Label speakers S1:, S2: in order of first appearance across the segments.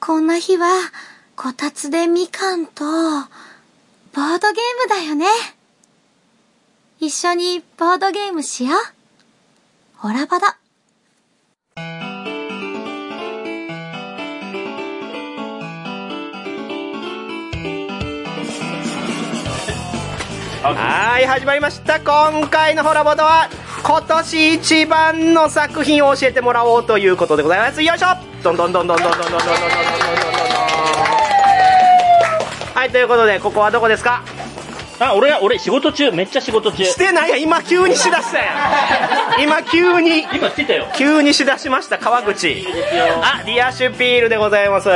S1: こんな日は、こたつでみかんと、ボードゲームだよね。一緒にボードゲームしよう。ほらばだ。
S2: はい、始まりました。今回のホラボードは、今年一番の作品を教えてもらおうということでございます。よいしょどんどんどんどんどんどんどんどんどんどんどんどんどんどんはい、ということで、ここはどこですか
S3: あ、俺は、俺仕事中、めっちゃ仕事中。
S2: してないやん今急にしだしたやん今急に、
S3: 今してたよ。
S2: 急にしだしました、川口。あ、ディアシュピールでございます。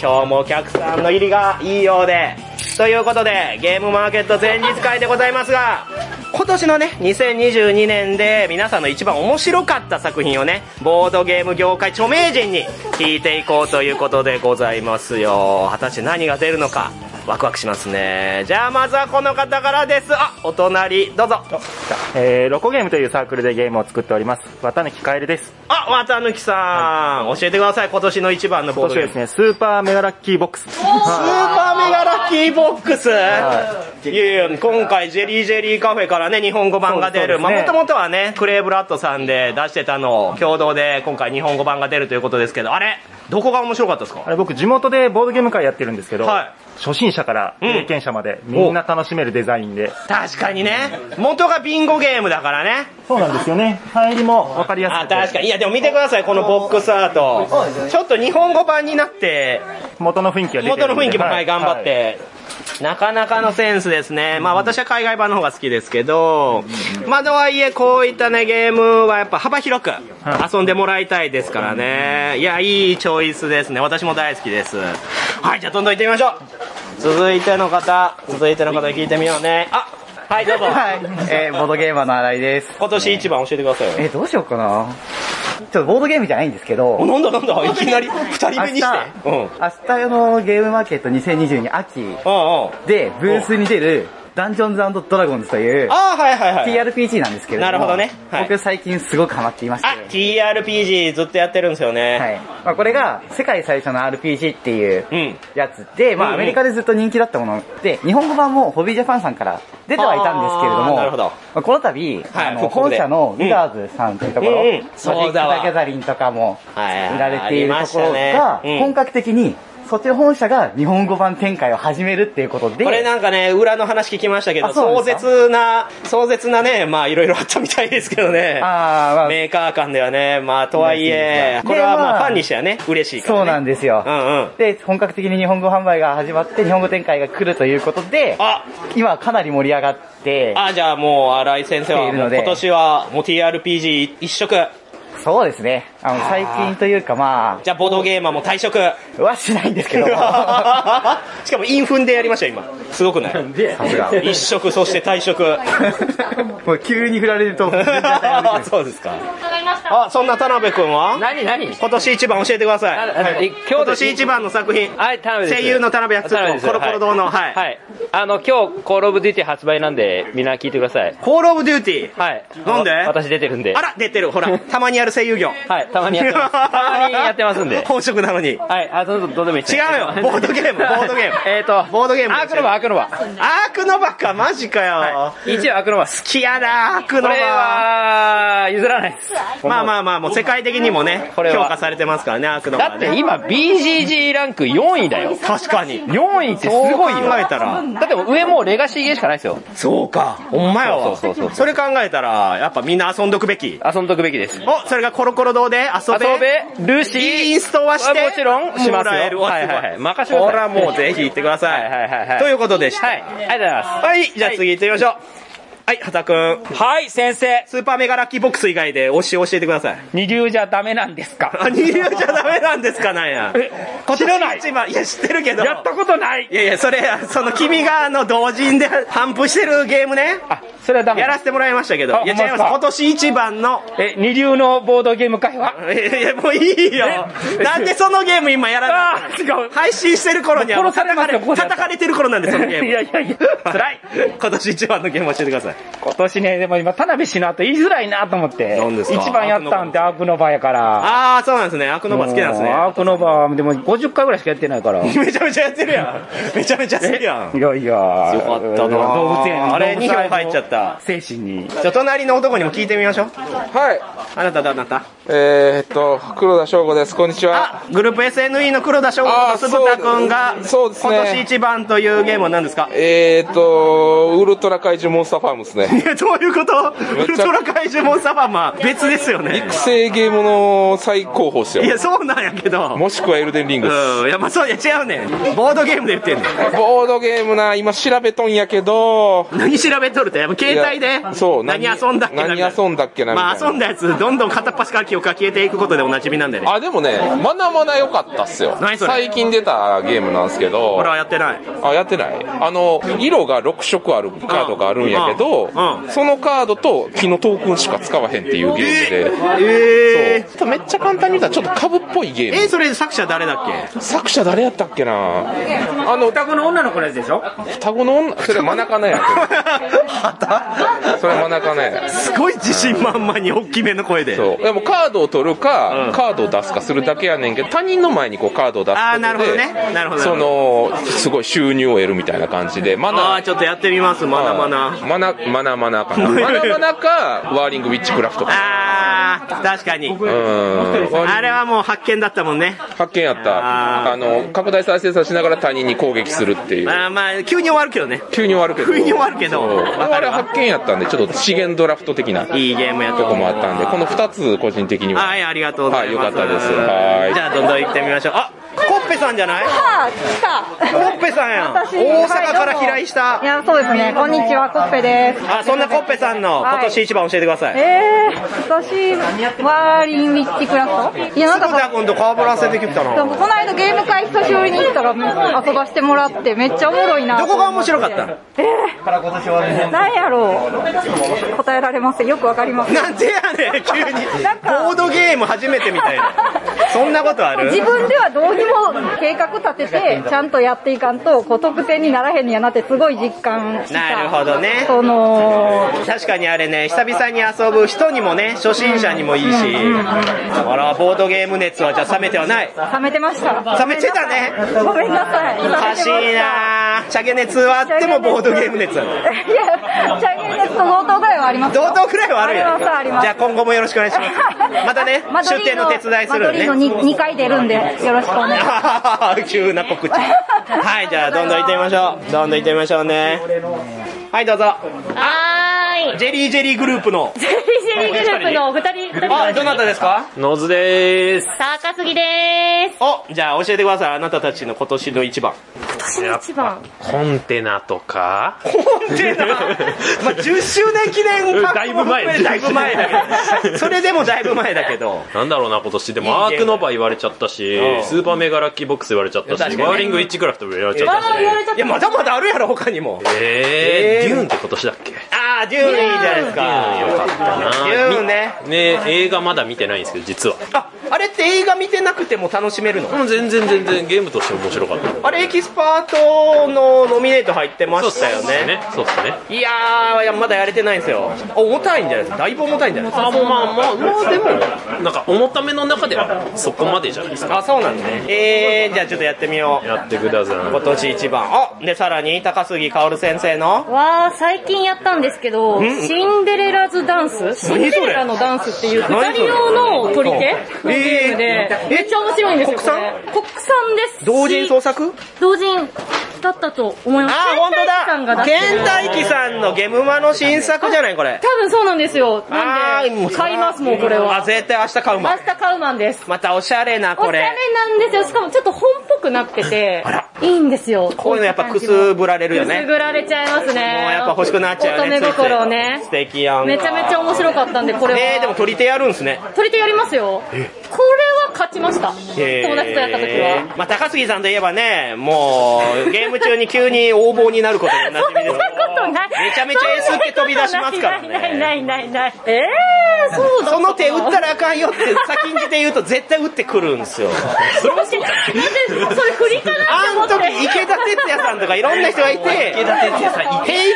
S2: 今日もお客さんの入りがいいようで。ということで、ゲームマーケット前日会でございますが、今年のね、2022年で皆さんの一番面白かった作品をね、ボードゲーム業界著名人に聞いていこうということでございますよ。果たして何が出るのか、ワクワクしますね。じゃあまずはこの方からです。あ、お隣、どうぞ。
S4: えー、ロコゲームというサークルでゲームを作っております綿貫カエルです
S2: あ、綿貫さん、教えてください、今年の一番のボ
S4: 今
S2: ード
S4: 年は
S2: ゲー
S4: で
S2: ム
S4: す。ねスーパーメガラッキーボックス
S2: スーパーメガラッキーボックス、い、やいや今回ジェリージェリーカフェからね日本語版が出
S4: そう
S2: る
S4: です
S2: ま
S4: ね
S2: あもともとはねクレイブラッドさんで出してたのを共同で今回日本語版が出るということですけどあれどこが面白かったです
S4: あ
S2: か
S4: れ僕地元でボードゲーム会やってるんですけど、
S2: はい
S4: 初心者から経験者までみんな楽しめるデザインで、
S2: 確かにね元がビンゴゲームだからね
S4: そうなんですよね入りも分かりや
S2: あ
S4: すくて
S2: 確かにいやでも見てくださいこのボックスアートちょっと日本語版になって
S4: 元の雰囲気が出てるんで
S2: 元の雰囲気もはい頑張っ、
S4: はい
S2: て、なかなかのセンスですね、まあ私は海外版の方が好きですけど、まあとはいえこういったねゲームはやっぱ幅広く遊んでもらいたいですからねいやいいチョイスですね私も大好きですはいじゃあどんどん行ってみましょう続いての方続いての方に聞いてみようねあはいどうぞ、
S5: はい。えー、ボードゲーマーの新井です。
S2: 今年一番教えてくださいよ
S5: えー、どうしようかな。ちょっとボードゲームじゃないんですけど、
S2: おなんだなんだいきなり2人目にしてうんうんうん
S5: 明日のゲームマーケット2022秋でブースに出るダンジョンズドラゴンズという
S2: ああはいはいはい
S5: TRPG なんですけれど
S2: な
S5: も、
S2: るほどねはい
S5: 僕最近すごくハマっていまし
S2: あ
S5: て、
S2: TRPG ずっとやってるんですよね、
S5: はい。まあ、これが世界最初の RPG っていう
S2: うん
S5: やつで、ま
S2: うんう
S5: あア
S2: ん
S5: メリカでずっと人気だったもので、日本語版もホビージャパンさんから出てはいたんですけれど
S2: あー
S5: も、
S2: なるほど
S5: まあこの度、
S2: はい
S5: あ
S2: ここ
S5: の本
S2: で
S5: 社のウィザーズさんというところ、
S2: うんうんうん
S5: マジ
S2: そう
S5: ック・
S2: だわ
S5: ザ・ギャザリンとかも売
S2: はいはい
S5: られているところ
S2: あ
S5: が、
S2: りましたねうん
S5: 本格的にそっちの本社が日本語版展開を始めるっていうことで、
S2: これなんかね、裏の話聞きましたけど、
S5: あそう
S2: 壮
S5: なんですか
S2: 絶な、壮絶なね、まあいろいろあったみたいですけどね。
S5: あーまあ
S2: メーカー間ではね、まあとはいえ、
S5: で
S2: これはま
S5: ま
S2: あ
S5: あ
S2: ファンにしてはね、嬉しいから、ね。
S5: そうなん
S2: で
S5: ですよ。
S2: うんうん。
S5: で、本格的に日本語販売が始まって、日本語展開が来るということで、
S2: あ
S5: 今かなり盛り上がって、
S2: あ、じゃあもう、新井先生
S5: 来て
S2: は、
S5: いる
S2: も
S5: の
S2: う
S5: で
S2: 今年は、もう TRPG 一色。
S5: そうですね。あの、最近というかま
S2: じゃあ、ボードゲーマーも退職。
S5: あ、はしないんですけ ど。
S2: し
S5: さ
S2: かも、インフンでやりましたよ、今。すごくない
S5: す が。
S2: 一色、そして退職。
S5: もう急に振られると、全然大変で す
S2: そうですか。あ、そんな田辺くんは
S6: 何何
S2: 今年一番教えてください。
S6: はい
S2: 今
S6: 今
S2: 年
S6: 日
S2: 一
S6: で
S2: 番の作品。
S6: はい田辺です
S2: 声優の田辺康
S6: 田辺で
S2: 彦、
S6: す
S2: コロコロ堂の、はい。
S6: はいあの今日コールオブデューティ発売なんでみんな聞いてください
S2: コールオブデューティー。
S6: はい
S2: なんで
S6: あ私出てるんで
S2: あら、出てる。ほら、たまにやる声優業。
S6: はいたまにやって ますたまにやってますんで
S2: 本職なのに。
S6: はいあそのどうでもいい
S2: 違うよボードゲームボードゲーム
S6: えっと
S2: ボードゲーム
S6: アークノバアークノバ
S2: アークノバか、マジかよ。
S6: 一応アークノバ
S2: 好きやな、アークノ
S6: こ
S2: バ。
S6: れは譲らないです
S2: まあまあまあ、もう世界的にもね、評
S6: これは
S2: 価されてますからね、アークノバ
S6: だ
S2: は
S6: っ
S2: ね。
S6: て今 BGG ランク4位だよ
S2: 確かに。
S6: 4位ってすごい
S2: そう
S6: よ
S2: 考えた
S6: だ
S2: ら
S6: ってもう上もうレガシーゲーしかないですよ
S2: そうか。ほんまやわ。
S6: そうそうそうそう
S2: それ考えたら、やっぱみんな遊んどくべき。
S6: 遊んどくべきです
S2: お、それがコロコロ堂で遊
S6: 遊
S2: べ。
S6: べるし
S2: インストはして
S6: もちろんし
S2: も
S6: ます
S2: らえる
S6: よ
S2: わ
S6: はいはいはい任せてく
S2: ほ
S6: ださ
S2: ら
S6: い
S2: もうぜひ行ってください。
S6: はいはいはいはい
S2: ということでした。
S6: はいありがとうございます
S2: はい、じゃあ次行ってみましょう。はい、畑くん。
S7: はい、先生。
S2: スーパーメガラッキーボックス以外で推し教えてください。
S7: 二流じゃダメなんですか
S2: あ、二流じゃダメなんですかなんや。
S7: 知らない
S2: 今年一番いや、知ってるけど。
S7: やったことない
S2: いやいや、それ、その君があの、同人で反布してるゲームね。
S7: あ、それはダメ
S2: や。らせてもらいましたけど。
S7: あ
S2: いや、
S7: ほんま
S2: 違
S7: で
S2: いますす。
S7: か
S2: 今年一番の。
S7: え、二流のボードゲーム会話
S2: いやいや、もういいよ。なんでそのゲーム今やらない
S7: あー違う。
S2: 配信してる頃には
S7: 殺されますよ
S2: 叩か
S7: ここでやった
S2: 叩かれてる頃なんです、その
S7: い
S2: ゲーム。
S7: やいやいや、辛い。
S2: 今年一番のゲーム教えてください。
S7: 今年ね、でも今、田辺氏の後言いづらいなと思って。
S2: 何ですか
S7: 一番やったんってアークノバやから。
S2: ああ、そうなんですね。アクノバ好きなんですね
S7: もう。アークノバは、でも50回ぐらいしかやってないから。い
S2: めちゃめちゃやってるやん。めちゃめちゃ好きやん。
S7: やいや。よ
S2: よかったな
S7: 動物園
S2: あれ
S7: 動物
S2: 2
S7: 愛
S2: 票
S7: 護
S2: 入っちゃった。
S7: 精神に。
S2: じゃあ隣の男にも聞いてみましょう。
S8: はい。
S2: あなただ、あなた。
S8: えー、っと、黒田翔吾です。こんにち
S2: あ、
S8: は。
S2: グループ SNE の黒田翔吾と鈴田くんが
S8: あ、そう
S2: 今
S8: ですね
S2: 年一番というゲームは何ですか
S8: えー、っと、ウルトラ怪獣モンスターファームですね。
S2: いや、どういうこと
S8: め
S2: ウ
S8: っちゃ
S2: ルトラ怪獣モンスターファーマー、別ですよね
S8: 育。成ゲームの最高峰ですよ
S2: い。や、そうなんやけど。
S8: もしくはエルデンリングです。
S2: うん、いや、まあ、そう、いや、違うねん。ボードゲームで言ってんねん。
S8: ボードゲームな、今調べとんやけど、
S2: 何調べとるって、やっぱ携帯
S8: い
S2: で
S8: や。そう
S2: 何
S8: 何
S2: 遊んだっけなみたいな。
S8: 何遊んだっけなみたいな
S2: まあ、遊んだやつ、どんどん片っ端から記憶が消えていくことでおなじみなんでね。
S8: あ、でもね、まだまだ良かったっすよ。
S2: 何それ
S8: 最近出たゲームなんですけど、
S2: 俺はやってない。
S8: あ、やってないあの、色が6色あるカードがあるんやけど、
S2: うんうん
S8: そのカードと木のトークンしか使わへんっていうゲームで、
S2: えー。
S8: そうめっちゃ簡単に言ったらちょっと株っぽいゲーム
S2: えー、それ作者誰だっけ
S8: 作者誰やったっけなあの、
S7: 双子の女の子のやつでしょ
S8: 双子の女、それマナカナやけど。それマナカナや。
S2: すごい自信満々に大きめの声で。
S8: そう。でもカードを取るか、
S2: うん
S8: カードを出すかするだけやねんけど、他人の前にこうカードを出すことで、
S2: あーなるほどねなるほど
S8: その、すごい収入を得るみたいな感じで、マナ
S2: ああ、ちょっとやってみます、まだまだ。
S8: マナ、マナマナ かな。マナマナか、ワーリングウィッチクラフトか。
S2: あー、確かに
S8: う。ん。
S2: あれはもう発見だったもんね。
S8: 発見やった。
S2: あー
S8: あの、拡大再生産しながら他人に攻撃するっていう。
S2: まあまあ、急に終わるけどね。
S8: 急に終わるけど。
S2: 急に終わるけど
S8: そう
S2: わかるわ
S8: あれ発見やったんで、ちょっと資源ドラフト的ない
S2: いゲームやった
S8: とこもあったんで、この二つ個人的には。
S2: はい、ありがとうございます。
S8: はいよかったですはい
S2: じゃあ、どんどん行ってみましょう。あ、コッペさんじゃない
S9: あ、来た。
S2: コッペさんやん。大
S9: 私
S2: 阪から飛来し
S9: い
S2: た。
S9: や、そうですね。こんにちは、コッペです。
S2: あ、そんなコッペさんの今年一番教えてください。
S9: えー、私、ワーリンウィッチクラフトいや、なんか
S2: 鈴田
S9: さ、
S2: 君と顔ぶらせてきた
S9: こ
S2: な。
S9: の間ゲーム会久しぶりに行ったら遊ばしてもらってめっちゃおもろいな
S2: ど
S9: と
S2: こが面
S9: 思って。
S2: 白かったん
S9: なんやろう答えられません。よくわかりません。
S2: なんでやねん、急に。
S9: なんか
S2: ボードゲーム初めてみたいな。そんなことある
S9: 自分ではどうにも計画立てて、ちゃんとやっていかんと、こう得点にならへんやなってすごい実感した。
S2: なるほどね
S9: その、
S2: 確かにあれね、久々に遊ぶ人にもね、初心者にもいいし、あら、ボードゲーム熱はじゃあ冷めてはない。
S9: 冷めてました。
S2: 冷めてたね
S9: ごめんなさい。冷めて
S2: お
S9: ま
S2: かしいなぁ。チャゲ熱はあってもボードゲーム熱はない。
S9: いや、チャゲネスと同等ぐらいはありますよ。
S2: 同等くらいはある
S9: あります、あり
S2: よ。
S9: ます。
S2: じゃあ今後もよろしくお願いします。ま
S9: 、
S2: たね
S9: マド
S2: 出
S9: リー
S2: 店の手伝いするんで
S9: マド
S2: ね。
S9: リーの 2, 回出るんで、よろしくお願いします。
S2: 急な告知。はい、じゃあどんどん行ってみましょう。どんどん行ってみましょうね。はい、どうぞ。
S10: はーい。
S2: ジェリージェリーグループの。
S10: ジェリージェリーグループのお二人、二人
S2: あ、どなたですか
S6: ノズでーす。
S10: 高杉で
S2: お、じゃあ教えてください。あなたたちの今年の一番。
S10: ーす。一番。
S6: コンテナとか、
S2: コンテナ、まあ、10周年記念
S6: だいぶ前
S2: だいぶ前だけど。 それでもだいぶ前だけど。
S6: なんだろうな、今年。で
S2: いいゲー
S6: も、ア
S2: ム
S6: ークノバ言われちゃったし
S2: うん、
S6: スーパーメガラッキーボックス言われちゃったし、
S2: 確かにね
S6: ワーリングウィッチクラフトも言われちゃったし。
S2: いや、まだまだあるやろ、他にも。
S6: え
S2: えー
S6: ー、デューンって今年だっけ
S2: あー、デューンいいじゃないです
S6: よか
S2: か。
S6: ったな
S2: デューンね。
S6: ね映画まだ見てないんですけど、実は。
S2: あ、あれって映画見てなくても楽しめるの
S6: もう全然全然ゲームとして面白かった。
S2: あれ、エキスパートのノミネート入ってま
S6: そうっ
S2: したよね。。
S6: そうっすね。
S2: いやー、いやまだやれてないんですよ。あ重たいんじゃないですか。だいぶ重たいんじゃないですか。
S6: あ、もうまあまあ、まあでも、なんか重ための中ではそこまでじゃないですか。
S2: あ、そうなんですね。えー、じゃあちょっとやってみよう。
S6: やってくださ
S2: 今年一番。あ、で、さらに、高杉薫先生の、
S10: わー、最近やったんですけど、シンデレラズダンスシンデレラのダンスっていう、
S2: 何それ
S10: 二人用の取り手
S2: うん
S10: のゲームで
S2: えー、
S10: めっちゃ面白いんですよ。
S2: 国産
S10: これ国産ですし。
S2: 同人創作
S10: 同人だったと思います。
S2: あー、本
S10: さんが
S2: 当だ
S10: 出してる
S2: 現代機さんのゲムマの新作じゃないこれ。
S10: 多分そうなんですよ。
S2: あ
S10: な
S2: ーも
S10: ん
S2: う
S10: で、買います、もうこれ
S2: あ、
S10: は。
S2: 絶対明日買う
S10: 明
S2: ま
S10: 日。買うマンです。
S2: またおしゃれな、
S10: おし
S2: こ
S10: ゃれ
S2: れ。
S10: なんですよ。しかもちょっと本っぽくなってて
S2: ら、
S10: いいんですよ。
S2: こういうのやっぱくすぶられるよね
S10: くすぐられちゃいますね。
S2: もうやっぱ欲しくなっちゃうよね。
S10: 乙女心をね
S2: ついつい素敵やんか。
S10: めちゃめちゃ面白かったんで、これは。
S2: ねえ、でも取り手やるんすね。
S10: 取り手やりますよ。これは勝ちました。友達とやった時は。
S2: まあ、高杉さんといえばね、もう、ゲーム中に急に横暴になることになってみ る。
S10: ことない。
S2: めちゃめちゃエースって飛び出しますからね
S10: ないないないないない。えー、そうだ
S2: その手打ったらあかんよって先んじて言うと絶対打ってくるんですよ。
S10: それはそうだって、それ振りかな
S2: あ
S10: って
S2: の
S10: 思って。
S2: 時、池田哲也さんとかいろんな人がいて、 ヘイ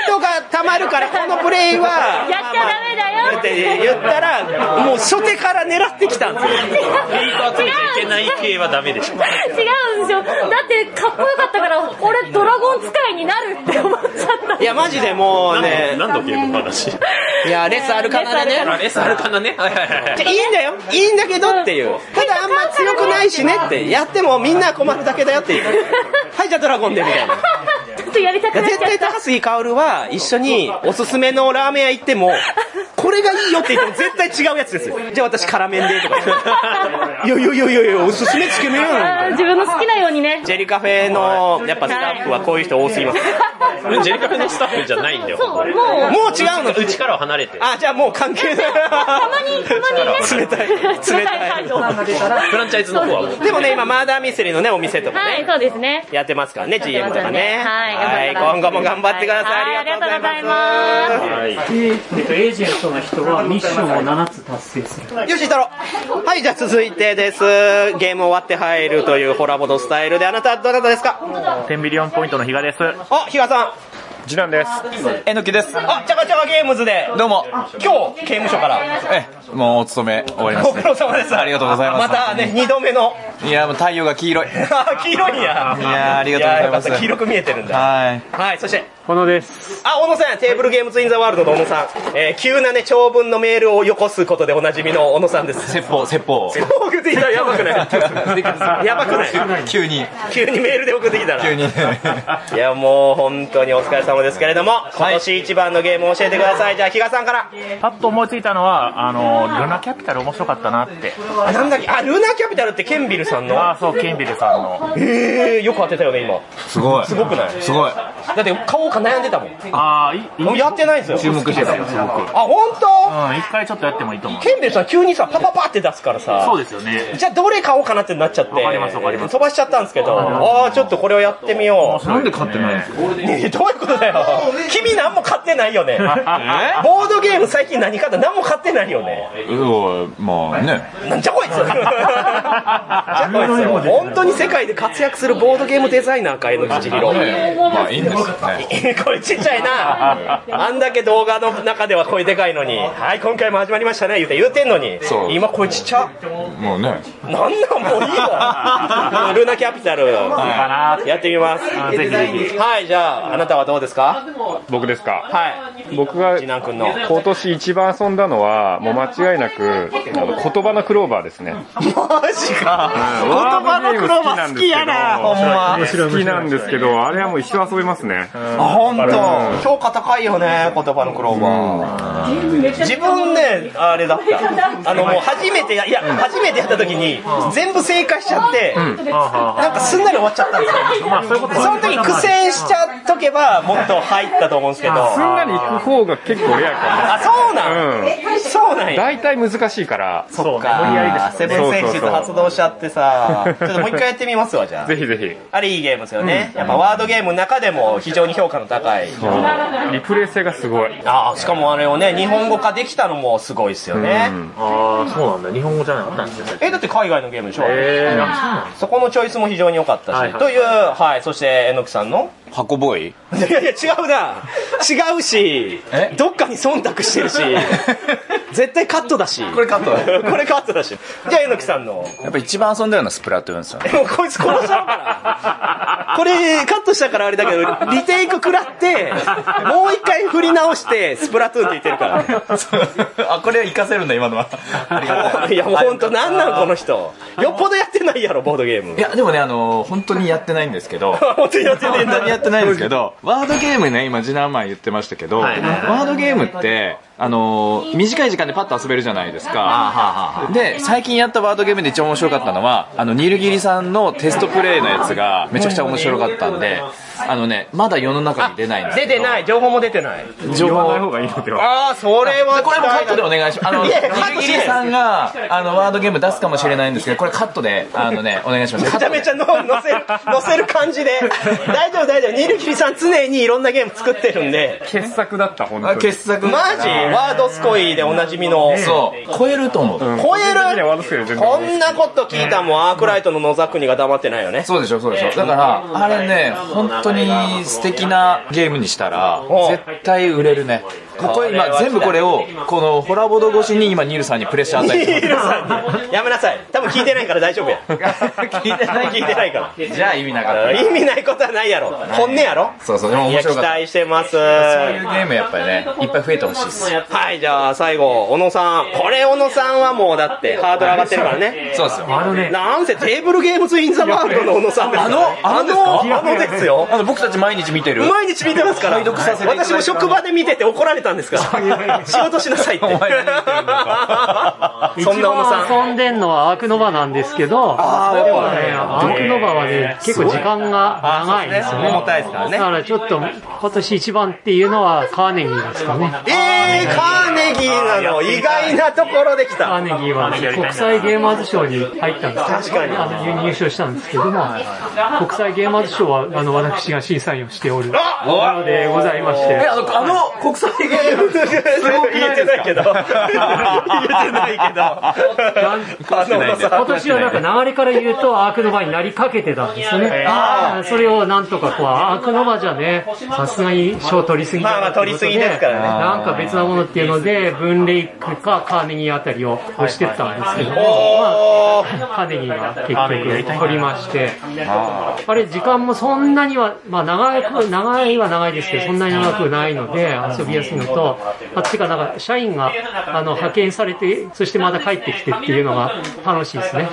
S2: トが溜まるからこのプレイは、
S10: やっちゃダメだよ
S2: って言ったら、もう初手から狙ってきたんですよ。
S6: ヘイト集めちゃいけない系はダメでしょ。
S10: 違うんですよ。だって、かっこよかったから、俺ドラゴン使いになるって思っちゃった。
S2: いや、マジでもうね、
S6: 何のゲームの話
S2: いや、レスあるかなね。
S6: あ、レースあるかなね。はいはいはい
S2: いいんだよ、いいんだけどっていう。ただあんま強くないしねって、やってもみんな困るだけだよっていう。はい、じゃあドラゴンでみた いな。
S10: ちょっとやりたくなっちゃ
S2: 絶対
S10: った。
S2: 高杉薫は一緒におすすめのラーメン屋行っても、これがいいよって言っても絶対違うやつですよ。じゃあ私辛麺でとか言 って。いやいやいやいやいや、おすすめつけ麺や
S10: あー
S2: ん。
S10: 自分の好きなようにね。
S2: ジェリカフェのやっぱスタッフはこういう人多すぎます。
S6: はい。ジェリカフェのスタッフじゃないんだよ。
S10: そう、も
S2: も
S10: う、
S2: う違うの
S6: うちからは離れて。
S2: あ、じゃあもう関係ない。
S10: たまに、たま
S2: 冷
S10: にね。
S2: たい。冷たい。
S6: フランチャイズの方はもう。
S2: でもね、今、マーダーミステリーのね、お店とか
S10: はい、そうですね。
S2: やってますからね、GM とかね。
S10: はい頑張
S2: はいい
S10: ってくださ
S2: 今後も頑張ってください。
S10: はい
S2: ありがとうござい
S10: ありがとうござい
S2: ま。
S10: ます
S3: はい。
S2: よし、太郎。はい、じゃあ続いてです。ゲーム終わって入るというホラボのスタイルで、あなたはどなたですか
S4: テンビリオンポイントの比嘉です。
S2: あ、ひがさん。
S4: 次男です。
S5: えのきです。
S2: あ、ちゃかちゃかゲームズで。
S5: どうも。
S2: 今日、刑務所から。
S5: え、もうお勤め終わりま
S2: ご
S5: し
S2: 苦労様です。
S5: ありがとうございます
S2: またね、二度目の。
S5: た。いや、もう太陽が黄色い。
S2: あ黄色いんや。
S5: いやーありがとうござ
S2: やよ
S5: います
S2: かった黄色く見えてるんだ。
S5: はい。
S2: はい、そして、
S7: 小野です。
S2: あ、小野さん、テーブルゲームズインザワールドの小野さん。えー急なね、長文のメールをよこすことでおなじみの小野さんです。
S5: 説法、説法。
S2: 送ってきたらやばく ないやばくない
S5: 急に、
S2: 急にメールで送ってきたら。
S5: 急に。
S2: いやもう本当にお疲れ様ですけれども、今年一番のゲームを教えてください。じゃあ、比嘉さんから。
S4: パッと思いついたのは、あの、ルナキャピタル面白かったなって。
S2: あなんだっけ、あ、ルナキャピタルってケンビルさんの
S4: ああ、そう、ケンビルさんの。
S2: えー、よく当てたよね、今。
S5: すごい。す
S2: ごくない
S5: すごい。
S2: だって買おうか悩んでたもん。
S4: ああ、いい、うん、一
S2: やってないんです
S5: 注
S2: よ。
S5: 目してた、すごく。
S2: あ、本当
S4: 回ちょっとやってもいいと思う。
S2: ケンビルさん急にさ、パパパって出すからさ。
S4: そうですよね。
S2: じゃあ、どれ買おうかなってなっちゃって。
S4: わかりますわかります
S2: 飛ばしちゃったんですけど、あー、ちょっとこれをやってみよう。
S5: なんで勝ってないんですか
S2: ねえどういうことだよ。君何も買ってないよね。ボードゲーム最近何買った何も買ってないよね。
S5: うん、まあね。
S2: なんじゃこいつじゃこいつよ本当に世界で活躍するボードゲームデザイナーか、えのきちひろ。
S8: まあいいんですよね。
S2: これちっちゃいな。あんだけ動画の中では声でかいのに、はい、今回も始まりましたね、言うて、言うてんのに
S8: そ、う
S2: 今声ちっちゃ。
S8: もうね。
S2: なんなんもういいわ。ルナキャピタル、やってみます。
S4: あぜひぜ
S2: はい、じゃあ、あなたはどうですか
S11: 僕ですか
S2: はい。
S11: 僕が
S2: 次男くんの。
S11: 今年一番遊んだのは、もう間違いなく、あの、言葉のクローバーですね。
S2: マジか。
S11: 言葉のクローバー好きやな
S5: ほんま。
S11: 好きなんですけど、あれはもう一生遊べますね。
S2: あ、ほんと。評価高いよね、言葉のクローバー。自分ね、あれ だ った。あの、もう初めてや、いや、初めてやった時に、全部正解しちゃって、なんかすんなり終わっちゃったんですよ。その時苦戦しちゃっとけば、もっと入ったと思うんですけど。
S11: すんなり行く方が結構レアか
S2: あ、そうなん
S11: も。うん。
S2: そうなんや。
S11: 大体難しいから、
S2: そっか。セブン選手と発動しちゃってさ、ちょっともう一回やってみますわ、じゃあ。
S11: ぜひぜひ。
S2: あれいいゲームですよね。やっぱワードゲームの中でも非常に評価の高い。
S11: リプレイ性がすごい。
S2: ああ、しかもあれをね、日本語化できたのもすごいですよね。
S3: ああ、そうなんだ。日本語じゃなかったんですよ。
S2: え、だって海外のゲームでしょ、
S3: えー、あそうなんだ
S2: そこのチョイスも非常に良かったし、
S3: はいはい
S2: という、はい、そして、えのきさんの
S5: 箱ボーイ
S2: いやいや、違うな。違うし
S5: え、
S2: どっかに忖度してる し、絶対カットだし。
S5: これカットだ
S2: これカットだし。じゃあ、えのきさんの。
S5: やっぱ一番遊んだのはスプラトゥーンです よね。
S2: でもこいつ殺したのかなこれ、カットしたからあれだけど、リテイク食らって、もう一回振り直して、スプラトゥーンって言ってるから。
S5: あ、これ活かせるんだ、今のは。ありがた
S2: いやもう本当なんなんこの人よっぽどやってないやろボードゲーム
S5: いや、でもね、あの、本当にやってないんですけど、
S2: 本当にやってねえ
S5: 本
S2: ん
S5: 当に
S2: だ
S5: やってないんですけど、ワードゲームね、今、次男前言ってましたけど、ワードゲームって、
S12: あのー短い時間でパッと遊べるじゃないですかで最近やったワードゲームで一番面白かったのはあのニルギリさんのテストプレイのやつがめちゃくちゃ面白かったんであのねまだ世の中に出ないんです
S2: 出てない情報も出てない
S12: 情報ない方がいいので
S2: ああそれは
S12: これもカットでお願いしますあの
S2: い
S12: ニ
S2: や
S12: ルギリさんがあのワードゲーム出すかもしれないんですけどこれカットであのねお願いします
S2: めちゃめちゃの 乗せる、乗せる感じで。大丈夫大丈夫。ニルギリさん常にいろんなゲーム作ってるんで。傑作だった、本
S12: 当にあ傑作
S2: マジワードスコイでおなじみの。
S12: そう。超えると思う。
S2: 超える
S12: 全然
S2: こんなこと聞いたもん、アークライトの野沢国が黙ってないよね。
S12: そうでしょ、そうでしょ。だから、あれね、本当に素敵なゲームにしたら、絶対売れるね。ここ今、全部これを、このホラボド越しに今、ニールさんにプレッシャー与えて
S2: ニルさんに。やめなさい。多分聞いてないから大丈 夫や。聞いてない。聞いてないから。
S12: じゃあ意味なかった。
S2: 意味ないことはないやろ。本音やろ。
S12: そうそう、でも
S2: い
S12: 面
S2: や、期
S12: 白かった。
S2: 待してます。
S12: そういうゲームやっぱりね、いっぱい増えてほしいです。
S2: はい、じゃあ最後、小野さん。これ小野さんはもうだってハードル上がってるからね。
S12: そうですよ。
S2: あのね。なんせテーブルゲームズインザワールドの小野さんで
S12: あ
S2: すから
S12: の、あの
S2: あのですよ。。
S12: あの、僕たち毎日見てる。
S2: 毎日見てますから。
S12: 解読させていただいて
S2: 私も職場で見てて怒られたんですから。仕事しなさいって。そんな小野さん。
S13: 遊んでんのはアークノバなんですけど、
S2: あー
S13: でも
S2: やっぱね
S13: ね、アークノバはね、
S2: えー
S13: 結構時間が長いんですよね。
S2: 重たいですからね
S13: だからちょっと、今年一番っていうのはカーネギーですかね。
S2: えー、カーネギーなの意外なところできた。カー
S13: ネギーは国際ゲーマーズ賞に入ったんです確かにあの入賞したんですけども、国際ゲーマーズ賞はあの私が審査員をしておるものでございまして
S12: え、あの、あの国際ゲーム、すごく
S2: 言えてないけど。言えてないけど。
S13: 今年はなんか流れから言うとアークノバになりかけてたんですね。あーそれをなんとかこう、アークノバじゃね、さすがに賞取りすぎだなってこと
S2: まあまあ取りすぎですからね
S13: なんか別なものっていうので、分類区かカーネギーあたりを押してったんですけど、まあ、カーネギーが結局取りまして、あれ時間もそんなには、まあ長く、長いは長いですけど、そんなに長くないので遊びやすいのと、あってかなんか社員があの派遣されて、そしてまた帰ってきてっていうのが楽しいですね。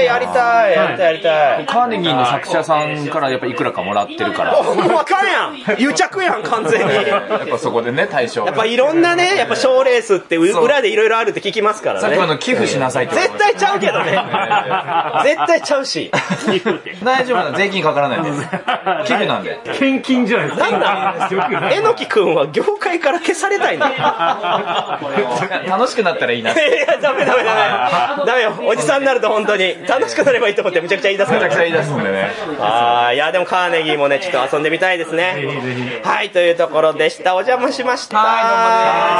S2: えー、やりたい、やりたい、やりたい。
S12: カーネギーの作者さんからやっぱいくらかもらってるから。
S2: もう分かるやん癒着やん完全にや
S12: やっぱそこでね、対象。
S2: っぱいろんなねやっぱ賞レースってう
S12: そう
S2: 裏でいろいろあるって聞きますからね
S12: さっきもあの寄付しなさいって
S2: 絶対ちゃうけどね絶対ちゃうし
S12: 大丈夫なの税金かからないんで。寄付なんで。
S13: 献金じゃないです
S2: かなんなんえのきくんは業界から消されたいのい
S12: 楽しくなったらいいな。
S2: やダメダメダメダメよおじさんになると本当に楽しくなればいいと思ってむちゃくちゃ言い出すから
S12: めちゃくちゃ言い出すんでね
S2: あーいやでもカーネギーもねちょっと遊んでみたいですねはいというところでしたお邪魔しました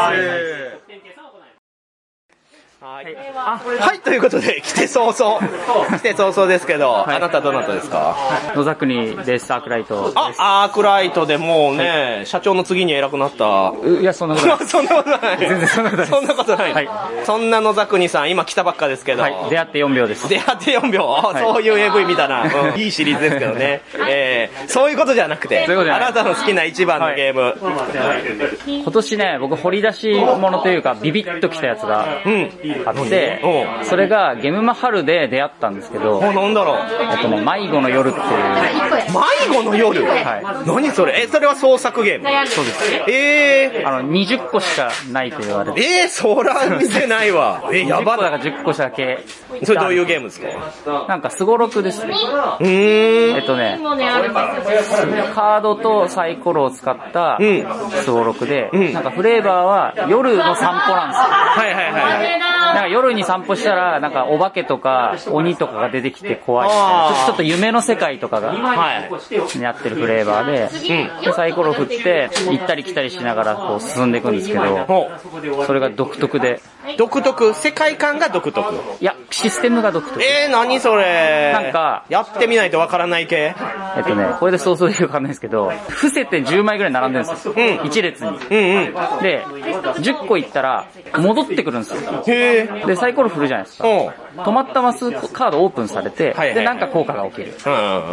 S2: はい、はい、ということで、来て早々、来て早々ですけど、あなたどなたですか
S14: 野沢国です、アークライト。
S2: あ、アークライトでもうね、社長の次に偉くなった。
S14: いや、そんなことない。
S2: そんなことない。
S14: 全然そんなことない。
S2: そんなことない。そんな野沢国さん、今来たばっかですけど。
S14: はい、出会って4秒です。
S2: 出会って4秒、あ
S14: はい
S2: そういう AV 見たな、うんいいシリーズですけどね、えーそういうことじゃなくて
S14: そういうことじゃ
S2: あ
S14: ない
S2: なたの好きな一番のゲーム、
S14: 今年ね、僕掘り出し物というか、ビビッときたやつがあって、それがゲムマ春で出会ったんですけど、
S2: なんだろう。
S14: えっとね、迷子の夜っていう。
S2: 迷子の夜、
S14: はい
S2: 何それえそれは創作ゲーム
S14: そうです。
S2: え
S14: あの、20個しかないと言われて。
S2: えー、そら見せないわ。え、やば
S14: だ。から10個だけ。
S2: それどういうゲームですか
S14: なんか、すごろくですね。
S2: うーん。
S14: えっとね、カードとサイコロを使ったすごろくで、なんかフレーバーは夜の散歩なんですよ。
S2: はいはいはい。
S14: なんか夜に散歩したら、なんかお化けとか鬼とかが出てきて怖いみたいな
S2: あー
S14: ちょちょっと夢の世界とかが、になってるフレーバーで、でサイコロ振って、行ったり来たりしながらこう進んでいくんですけど、それが独特で、
S2: 独特世界観が独特
S14: いや、システムが独特。
S2: えー、何それ
S14: なんか、
S2: やってみないとわからない系
S14: えっとね、これでそうそう言うかわかんないですけど、伏せて10枚ぐらい並んでるんですよ。1列に。で、10個いったら、戻ってくるんですよ。で、サイコロ振るじゃないですか。止まったマスカードオープンされて、で、なんか効果が起きる。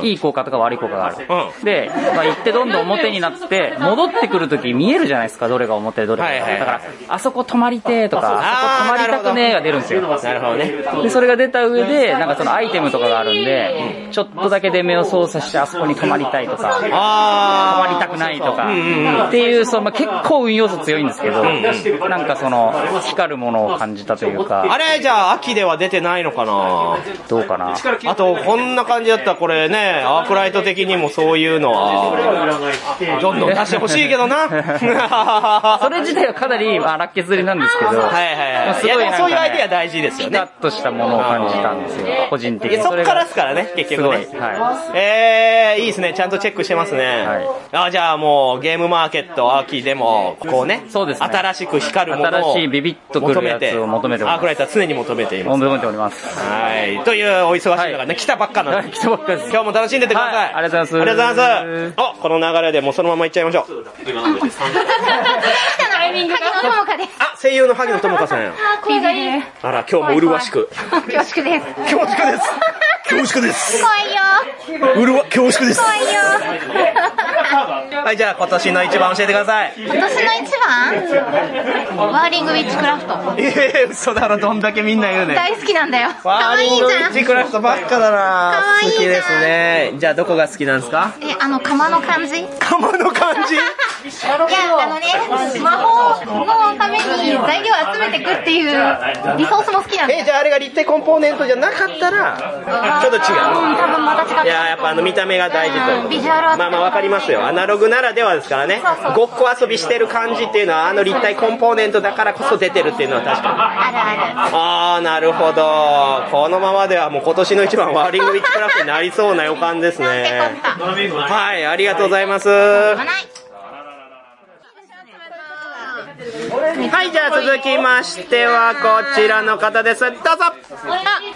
S14: いい効果とか悪い効果がある。で、まあ、行ってどんどん表になって、戻ってくるとき見えるじゃないですか、どれが表でどれが。だから、あそこ止まりてーとか、あハマりたくねーが出るんですよ。
S2: なるほどね。
S14: で、それが出た上で、なんかそのアイテムとかがあるんで、ちょっとだけで目を操作してあそこに止まりたいとか、止まりたくないとか、っていう、そう、まあ、結構運要素強いんですけど、なんかその、光るものを感じたというか、
S2: あれ、じゃあ、秋では出てないのかな
S14: どうかな
S2: あと、こんな感じだったら、これね、アークライト的にもそういうのは、どんどん出してほしいけどな。
S14: それ自体はかなり、まあ、ラッケ釣りなんですけど、はい
S2: はいはい。いや、でもそういうアイデア大事ですよね。
S14: ピタッとしたものを感じたんですよ、個人的
S2: い
S14: に。
S2: やそっからですすからね、結局ね。
S14: すごいは
S2: えー、いいですね。ちゃんとチェックしてますね。あじゃあもう、ゲームマーケット秋でも、こうね、新しく光るものを
S14: 新しいビビッとくるやつを求めております
S2: アークライトは常に求めています。
S14: 求めております。
S2: はい。というお忙しい中ね、来たばっかなので。今日も楽しんでてください。ありがとうございます。ありがとうございます。お、この流れでもうそのまま行っちゃいましょう。
S15: タイミングが。萩野智香です。
S2: あ、声優の萩野智香さんや。
S15: あ、声がいい。
S2: あら、今日も麗しく。
S15: 恐縮です。
S2: 恐縮です。恐縮です。
S15: 怖いよ。
S2: うるわ、恐縮です。
S15: 怖いよ。
S2: はい、じゃあ今年の一番教えてください。
S15: 今年の一番ワーリングウィッチクラフト。
S2: えー、嘘だろ、どんだけみんな言うね。
S15: 大好きなんだよ。か
S2: ワ
S15: わ
S2: ー
S15: いい
S2: リン
S15: じ
S2: グウ
S15: ゃ
S2: ィ
S15: ん。
S2: ッチクラフトばっかだな
S15: 可愛い
S2: 好
S15: じゃん
S2: きですね。じゃあどこが好きなんですか
S15: え、あの、釜の感じ
S2: 釜の感じ
S15: いや、あのね、魔法のために材料を集めてくっていう、リソースも好きなんで。
S2: え、じゃああれが立体コンポーネントじゃなかったら、ちょっと違う。
S15: 多分また違った
S2: いやーやっぱあの見た目が大事ということで
S15: ビジュアルは
S2: まあまあわかりますよアナログならではですからねごっこ遊びしてる感じっていうのはあの立体コンポーネントだからこそ出てるっていうのは確かに
S15: あるある。
S2: ああなるほどこのままではもう今年の一番ワーリングウィッチクラフトになりそうな予感ですねはいありがとうございますはいじゃあ続きましてはこちらの方ですどうぞ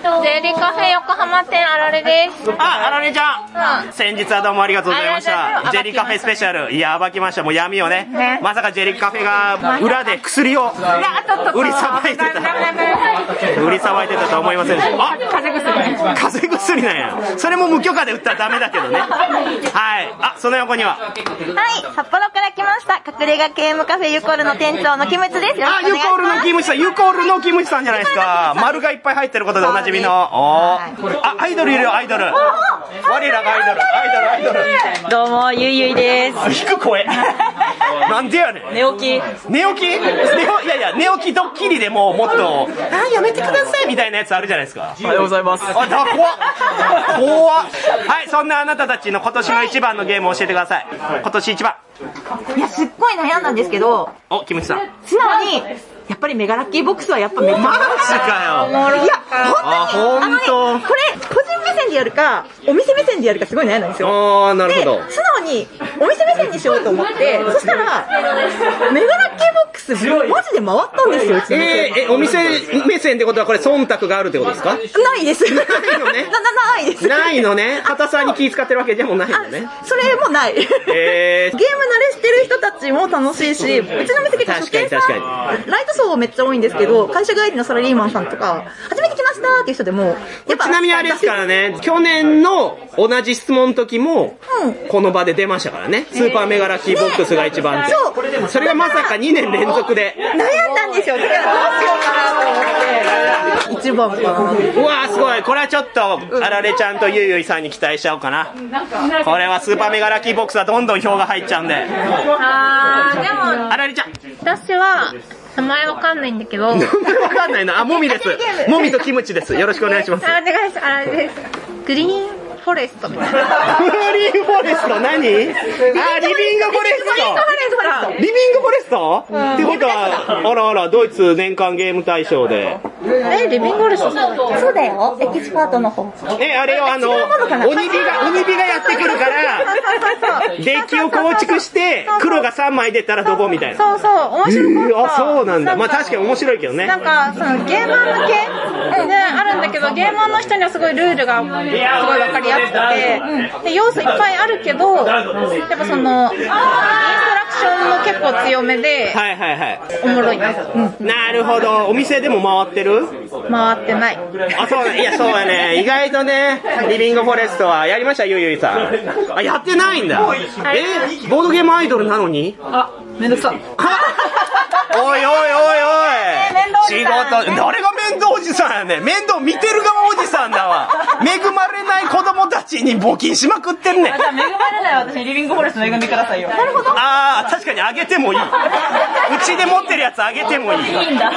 S16: あ、ゼリカフェ横浜店あられです。
S2: あ、あられちゃん。 先日はどうもありがとうございまし
S16: ありがとう
S2: たジェリーカフェスペシャルいや暴きましたもう闇をね
S16: ね
S2: まさかジェリーカフェが裏で薬を売りさばい てた売りさばいてたとは思いませんでしたあ
S16: 風邪
S2: 風邪薬なんやそれも無許可で売ったらダメだけどねはいあその横には
S16: はい、札幌から来ました。隠れ家ゲームカフェユコールの店長のキムツです。よろ
S2: あ
S16: しくお願
S2: ユ
S16: い
S2: コール
S16: し
S2: の
S16: ます
S2: キムチさんユコールのキムチさんじゃないですか丸がいっぱい入ってることでおなじみのおーあアイドルいるよアイドル我らがアイドルアイドルアイドル
S17: どうも、ゆいゆいです。
S2: 低く 声。なんでやねん。
S17: 寝起
S2: き。寝起き寝起いやいや、寝起きドッキリでもうもっと、あーやめてくださいみたいなやつあるじゃないですか。
S12: おはようございます
S2: あ、だ、怖っ。怖っ。はい、そんなあなたたちの今年の一番のゲームを教えてください。今年一番。
S17: いや、すっごい悩んだんですけど、
S2: お、キムチさん。
S17: 素直に、やっぱりメガラッキーボックスはやっぱめっちゃ
S2: マジかよ
S17: いや、本
S2: あ
S17: 当に、あのね、これ、個人目線でやるか、お店目線でやるかすごい悩んだんですよ。
S2: あー、なるほど。
S17: 素直に、お店目線にしようと思 って、そしたら、メガラッキーボックス、マジで回ったんですよ、うちの店
S2: えー、え、お店目線ってことはこれ忖度があるってことですか
S17: ないです。ない
S2: のね。
S17: な、な、ないです。
S2: ないのね。硬さに気使ってるわけでもないのね。
S17: それもない。ゲーム慣
S2: え
S17: れしてる人たちも楽しいし、うちの店結構初見さん、
S2: 確かに確
S17: ライト層めっちゃ多いんですけど、会社帰りのサラリーマンさんとか、初めて来ましたーっていう人でも、 やっぱ、
S2: ちなみにあれですからね、去年の同じ質問の時も、この場で出ましたからね。スーパーメガラッキーボックスが一番って。
S17: そう
S2: それがまさか2年連続で。
S17: 悩んだんですよ。だからどうしようかなと思って。一番か
S2: うわーすごい。これはちょっと、あられちゃんとゆいゆいさんに期待しちゃおうかな。
S16: な。
S2: これはスーパーメガラッキーボックスはどんどん票が入っちゃうんで。
S16: あー、でも、
S2: あらりちゃん。
S16: 私は、名前わかんないんだけど。
S2: 名前わかんないな。あ、もみです。もみとキムチです。よろしくお願いします。
S16: あ、お願いします。あれです。グリーンフォレストみたいな。
S2: グリーンフォレスト何あ、リビングフォレ
S17: ト
S2: スリビングフォレスト
S16: うん
S2: ってことは、あらあら、ドイツ年間ゲーム大賞で。
S17: え、リビングオルスそうだよ。エキスパートの方。
S2: え、あれよ、あの、
S17: 違うものかな
S2: 鬼火が、鬼火がやってくるから、デッキを構築して、黒が3枚出たらどこみたいな。
S16: そうそう、面白かった。
S2: えーあ、そうなんだ。まあ確かに面白いけどね。
S16: なんか、そのゲーマー向けであるんだけど、ゲーマーの人にはすごいルールがすごいわかりやすくて、で、要素いっぱいあるけど、やっぱその、インストラクションも結構強めで、
S2: はいはいはい。
S16: おもろい。
S2: なるほど。お店でも回ってる
S16: 回ってない。
S2: あ、そうだ、いや、そうやね。意外とね、リビングフォレストはやりました、ゆいゆいさん。あ、やってないんだ。え、ボードゲームアイドルなのに
S17: あ、めんどくさ。
S2: おいおいおいおい。仕事、誰が面倒おじさんやねん面倒見てる側おじさん だわ。恵まれない子供たちに募金しまくってん
S17: じ
S2: ねん。
S17: ゃあ恵まれない私にリビングフォレスト恵んでくださいよ。なるほど。
S2: ああ、確かにあげて もいい。うちで持ってるやつあげてもいい。
S17: いいんだ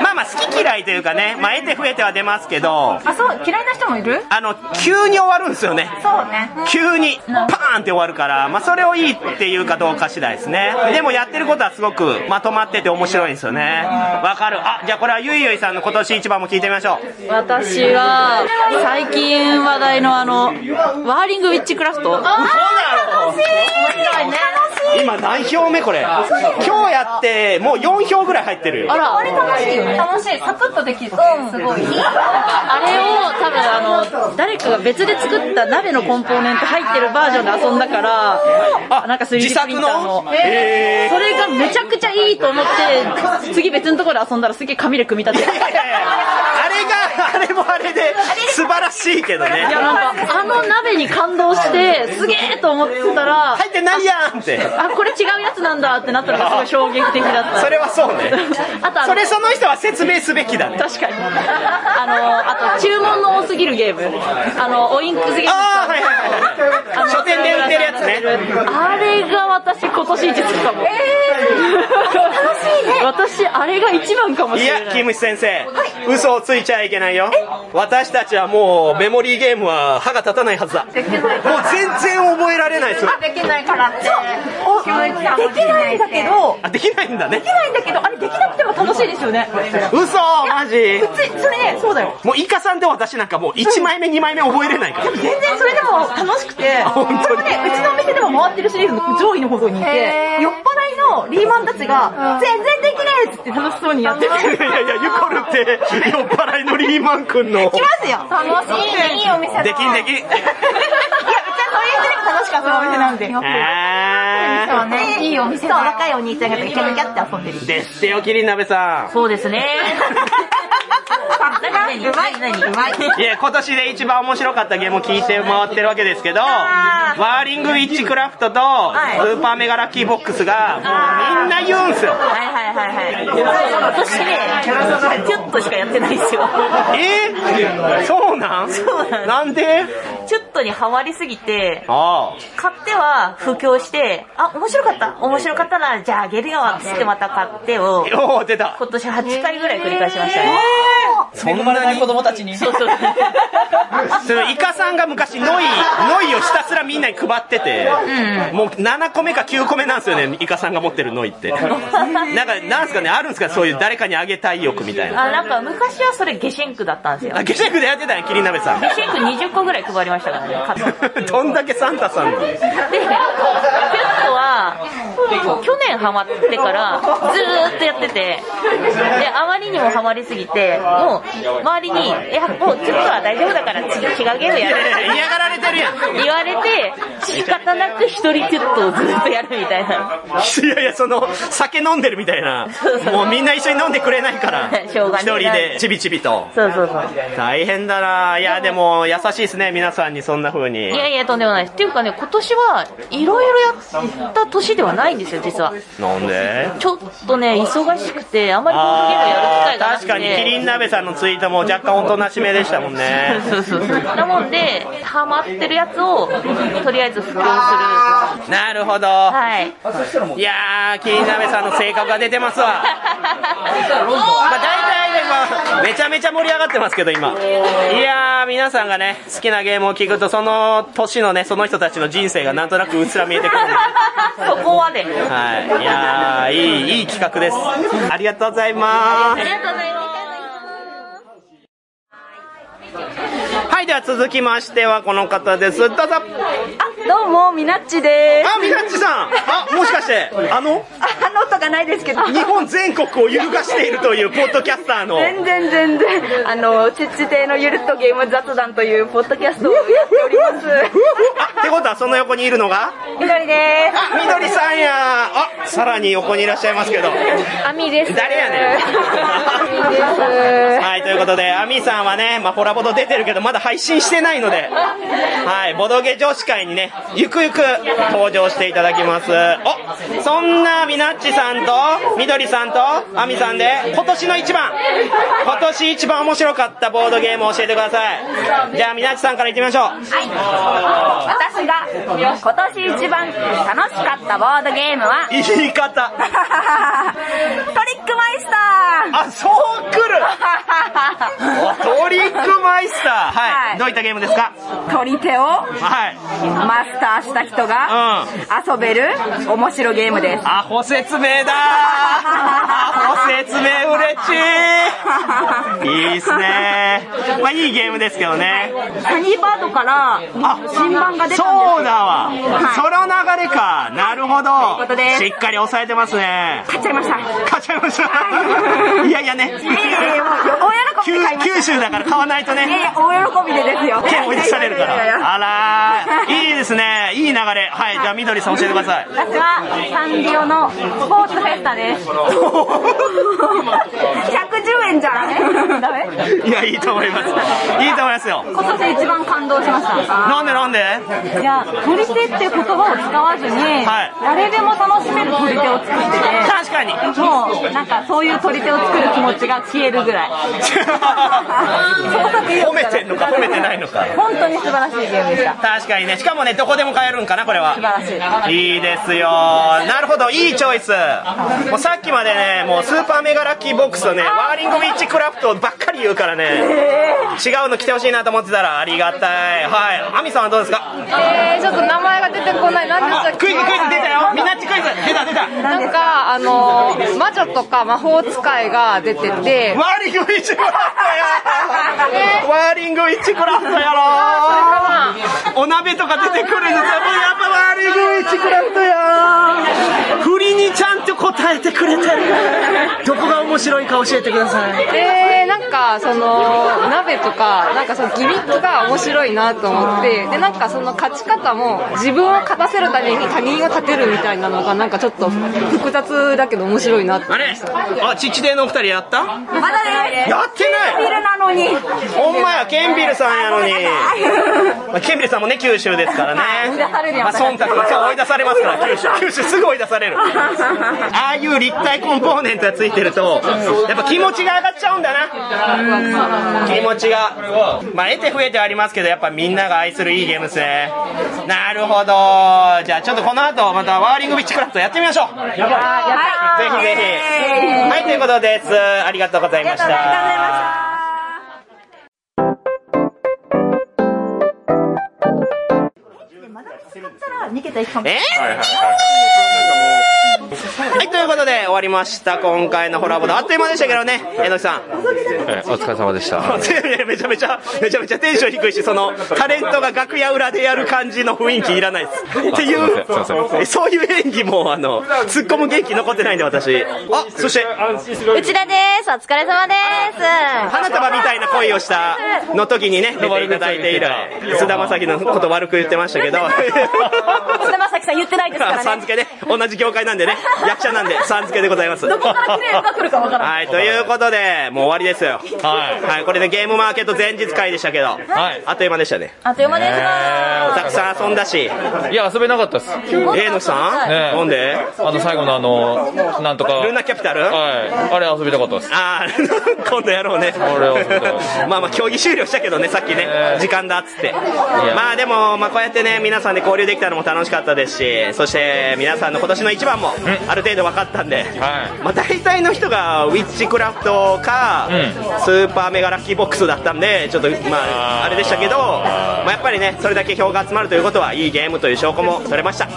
S2: まあまあ、好き嫌いというかね、まあ、得て増えては出ますけど、
S16: あ、そう、嫌いな人もいる
S2: あの、急に終わるんですよね。
S16: そうね。
S2: 急にパーンって終わるから、まあ、それをいいっていうかどうか次第ですねでもやってることはすごくまとまってて面白いんですよねわかるあじゃあこれはゆいゆいさんの今年一番も聞いてみましょう
S17: 私は、最近話題のあの、ワーリングウィッチクラフト。
S2: 楽しい今何票目これ今日やってもう4票ぐらい入ってるよ
S17: あれ楽しいよね
S16: 楽しい。サクッとできる。すごい。
S17: あれを多分あの、誰かが別で作った鍋のコンポーネント入ってるバージョンで遊んだから、なんか 3D プリンターの。
S2: えー
S17: それがめちゃくちゃいいと思って、次別のところで遊んだらすげえ紙で組み立てて。
S2: あれがあれもあ れで素晴らしいけどね
S17: いやなんか、あの鍋に感動して、すげえと思ってたら、入
S2: ってないやんって
S17: あ、これ違うやつなんだってなったのがすごい衝撃的だった。
S2: それはそうね。
S17: あとあ
S2: それその人は説明すべきだね
S17: 確かに。あの、あと、注文の多すぎるゲーム。あの、オインクスゲーム。あ
S2: はいはいはい書店で売ってるやつね
S17: あれが私今年一好きかも。え
S2: 楽しいね
S17: 私、あれが一番かもしれない。
S2: いや、キムシ先生、嘘をついちゃいけないよ。私たちはもうメモリーゲームは歯が立たないはずだ。もう全然覚えられないですよ。
S16: できないからって。
S17: おできないんだけど、
S2: あ、できないんだね。
S17: できないんだけど、あれできなくても楽しいですよね。
S2: 嘘マジ
S17: 普通、それね、そうだよ。
S2: もうイカさんと私なんかもう1枚目2枚目覚えれないから。
S17: 全然それでも楽しくて、
S2: 本当に
S17: それもね、うちのお店でも回ってるシリーズの上位の方にいて、酔っ払いのリーマンたちが、全然できないっつって楽しそうにやってる。
S2: いやいや、ゆこるって酔っ払いのリーマンくんの。
S17: 来ますよ
S16: 楽しい、いいお店だ。
S2: できんできん。
S17: 楽しかったお店なんで。
S2: あ
S17: ね、いいお店そう、若いお兄ちゃんがキャキャキャって遊んでる。
S2: ーですってよ、キリン鍋さん。
S17: そうですね。何うまい、何うまい。
S2: いや、今年で一番面白かったゲームを聞いて回ってるわけですけど、ワーリングウィッチクラフトと、スーパーメガラッキーボックスが、もうみんな言うんすよ。
S17: はいはいはいはい。私ね、ちょっとしかやってないですよ。
S2: えそうなん
S17: そうなん
S2: なんで
S17: ちょっとにハマりすぎて、
S2: あ
S17: 買っては布教して、あ、面白かった、面白かったな、じゃああげるよ、っつってまた買ってを、
S2: あ。おー、出た。
S17: 今年8回ぐらい繰り返しましたね。
S2: そんなに子供たちに。そうそう。そのイカさんが昔、ノイ、ノイをひたすらみんなに配ってて、もう7個目か9個目なんですよね、イカさんが持ってるノイ って。なんか、なんすかね、あるんすかそういう誰かにあげたい欲みたい
S17: あ、
S2: な。
S17: なんか昔はそれ下シンクだったんですよ。
S2: あ、ゲシェクでやってたんや、キリン鍋さん。
S17: 下シンク20個ぐらい配りましたからね、買って。
S2: どんだけサンタさんなの
S17: で、ペットは、去年ハマってから、ずーっとやってて、で、あまりにもハマりすぎて、もう、周りに、いや、もうちょっとは大丈夫だから、次違うゲームや
S2: いやいや
S17: る。
S2: 嫌がられてるやん
S17: 言われて、仕方なく一人ちょっとをずーっとやるみたいな。
S2: いやいや、その、酒飲んでるみたいな。もうみんな一緒に飲んでくれないから。
S17: しょうがない
S2: 一人で、ちびちびと。
S17: そうそうそう。
S2: 大変だな。いや、でも、優しいですね、皆さんにそんな風に
S17: い。やいや、とんでもないです。っていうかね、今年はいろいろやった年ではないんですよ、実は。
S2: なんで
S17: ちょっとね、忙しくて、あまりボードゲームやる機会がなく
S2: 確
S17: て。
S2: かに、キリン鍋さんのツイートも若干おとなしめでしたもんね。
S17: なもんで、ハマってるやつを、とりあえず布教する。
S2: なるほど。
S17: はい。
S2: いやー、キリン鍋さんの性格が出てますわ。まあ、大体ね、まあ、めちゃめちゃ盛り上がってますけど、今。いやー、皆さんがね、好きなゲームを聞くと、その年のね、その人たちの人生がなんとなくうっすら見えてくる。
S17: そこはね。
S2: はい。いやー、いい、いい企画です。ありがとうございます。
S17: りがとうございます。
S2: はい、では続きましては、この方です。どうぞ。
S18: どうも、みなっちです。
S2: あ、みなっちさんあ、もしかして、あの
S18: あのとかないですけど。
S2: 日本全国を揺るがしているという、ポッドキャスターの。
S18: 全然全然、あの、ちっち亭のゆるっとゲーム雑談というポッドキャストをやっております。
S2: ってことは、その横にいるのが
S18: みどりです。
S2: あ、みどりさんやあ、さらに横にいらっしゃいますけど。
S18: あみです。
S2: 誰やねんはい、ということで、アミさんはね、まあ、ホラボド出てるけど、まだ配信してないので、はい、ボドゲ女子会にね、ゆくゆく登場していただきます。お、そんなみなっちちさんと、みどりさんと、あみさんで、今年の一番、今年一番面白かったボードゲームを教えてください。じゃあ、みなっちさんからいってみましょう。
S17: 私が今年一番楽しかったボードゲームは、
S2: 言い方。
S17: トリックマイスター
S2: あ、そうくるトリックマイスターはい、どういったゲームですか
S17: 取り手を
S2: はい。
S17: マスターした人が遊べる面白ゲームです。
S2: アホ説明だアホ説明 嬉しいいいっすねまあいいゲームですけどね。
S17: サニーバードから新版が出たんです
S2: そうだわ、その流れかなるほ
S17: ということで
S2: どしっかり抑えてますね
S17: 買っちゃいました。
S2: 買っちゃいました。いやいやね。
S17: ええもう大喜びで買いました。
S2: 九州だから買わないとね
S17: ええ大喜びでですよ。
S2: 結構い出されるか
S17: いやいやいやいや
S2: らあらーいいですねいい流れはいじゃあみどりさん教えてくだ さい
S17: 私はサンリオのスポーツフェスタです。110円じゃん。ダメ
S2: いやいいと思いますいいと思いますよ
S17: 今年一番感動しました。
S2: なんでなんで
S17: いや、取り手っていう言葉を使わずに、
S2: はい
S17: 誰でも楽しめる取り手を作ってて、
S2: 確かに
S17: もう、なんかそういう取り手を作る気持ちが消えるぐらい。
S2: 褒めてんのか褒めてないのか
S17: 本当に素晴らしいゲームでした。
S2: 確かにねしかもねどこでも買えるんかなこれは
S17: 素晴らしい。
S2: いいですよなるほどいいチョイスもうさっきまでねもうスーパーメガラッキーボックスとねワーリングウィッチクラフトばっかり言うからね違うの来てほしいなと思ってたらありがたいはいアミさんはどうですか
S10: えー、ちょっと名前が出てこない。なんでしたっけ
S2: クイズクイズ出たよみんなっちクイズ出た出た
S10: なんか、あのー、魔女とか魔法使いが出てて。ワー
S2: リングウィッチクラフトやワーリングウィッチクラフトやろお鍋とか出てくるのやっぱワーリングウィッチクラフトや振りにちゃんと答えてくれてるどこが面白いか教えてください
S10: で、なんか、その、鍋とか、なんかそのギミックが面白いなと思って、で、なんかその勝ち方も、自分を勝たせるために他人を立てるみたいなのが、なんかちょっと複雑だけど面白いなって。
S2: あれあ、ちちでのお二人やったや
S17: まだね、
S2: ってない
S17: ビールなのに。
S2: ほんまや、ケンビルさんやのに。まあ、ケンビルさんもね、九州です からね。
S17: 追い出されるやん
S2: まあ、忖度がそう追い出されます から、九州。九州すぐ追い出さ れる。ああいう立体コンポーネントがついてると、やっぱ気持ちが上がっちゃうんだな。気持ちが。まあ、得て増えてはありますけど、やっぱみんなが愛するいいゲームですね。なるほど。じゃあちょっとこの後、またワーリングビッチクラフトやってみましょう。やばい。ぜひぜひ。はい、ということです。ありがとうございました。
S17: 逃げていくかも
S2: えはい、ということで終わりました。今回のホラーボード。あっという間でしたけどね、えのきさん。
S8: え お疲れ様 でした。
S2: めちゃめちゃ、めちゃめちゃテンション低いし、その、タレントが楽屋裏でやる感じの雰囲気いらないです。ってい
S8: すいませんすいませ
S2: う、
S8: ん
S2: そういう演技も、あの、突っ込む元気残ってないんで、私。あ、そして、
S17: 内田です。お疲れ様です。
S2: 花束みたいな恋をしたの時にね、出ていただいて以来、菅田将暉のこと悪く言ってましたけど。
S17: 菅田将暉さん言ってないですから
S2: さん
S17: ね。
S2: 付けね、同じ業界なん でね、役者なんで、さん付けでございます。
S17: どこからクレームが来るかわからない。
S2: はい、ということで、もう終わりですよ。はい。はい、これでゲームマーケット前日会でしたけど、はい。あっという間でしたね。
S17: あっという間です。
S2: たくさん遊んだし。い
S12: や、遊べなかったっす。
S2: 芸野さん
S12: ねえ
S2: 飲んで
S12: あの、最後のあの、なんとか。
S2: ルナキャピタル
S12: はい。あれ遊びたかったっす。
S2: あー、今度やろうね。まあまあ、競技終了したけどね、さっきね、時間だっつって。まあでも、まあこうやってね、皆さんで交流できたのも楽しかったですし、そして皆さんの今年の一番も、ある程度分かったんで、まあ大体の人がウィッチクラフトか、スーパーメガラッキーボックスだったんで、ちょっと、まあ、あれでしたけど、まあやっぱりね、それだけ票が集まるということは、いいゲームという証拠も取れました。はい。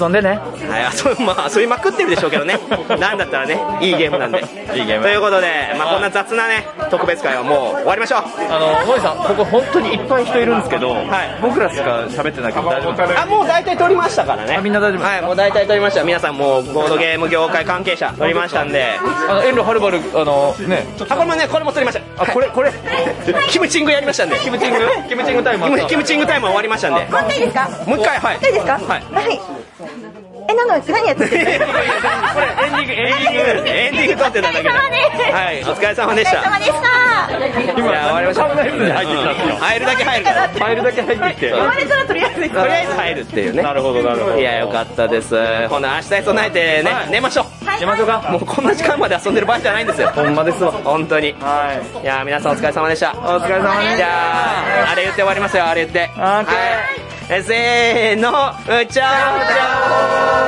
S2: 遊んでね。はい、遊,、まあ、遊びまくってるでしょうけどね。なんだったらね、いいゲームなんで。いいゲーム。ということで、まあこんな雑なね、特別会はもう終わりましょう。
S12: あの、森さん、ここ本当にいっぱい人いるんですけど、僕らしか喋ってないけど大丈夫です
S2: あ、もう大体撮りましたからね。みんな大丈夫はい、もう大体撮りました。皆さんもう、ボードゲーム業界関係者撮りましたんで。
S12: あの、遠路はるばる、あの、ね、
S2: あ、これもね、これも撮りました。あ、これ、これ。キムチングやりましたんで。キムチングキムチングタイムキムチングタイムは終わりましたんで。
S19: もう一回いいですか
S2: もう一回、はい。
S19: もう一回いいですか
S2: はい。
S19: はい。え、なの、何 やってる
S2: これエンディング、エンディング、エンディング撮ってただけで。はい、お疲れ様でした。
S19: お疲れ様でした。
S2: 今、終わりました。入るだけ入る。入るだけ入ってきて。
S20: 言われたらとりあえず行く
S2: とりあえず入るっ ていうね。なるほど、なるほど。いや、よかったです。ほな、明日へ備えてね、寝ましょう。寝ましょうか。もうこんな時間まで遊んでる場合じゃないんですよ。ほんまですわ。本当に。はい。いや、皆さんお疲れ様でした。お疲れ様でした。じゃあ、あれ言って終わりますよ、あれ言って。はい。えせーの、うちゃおちゃお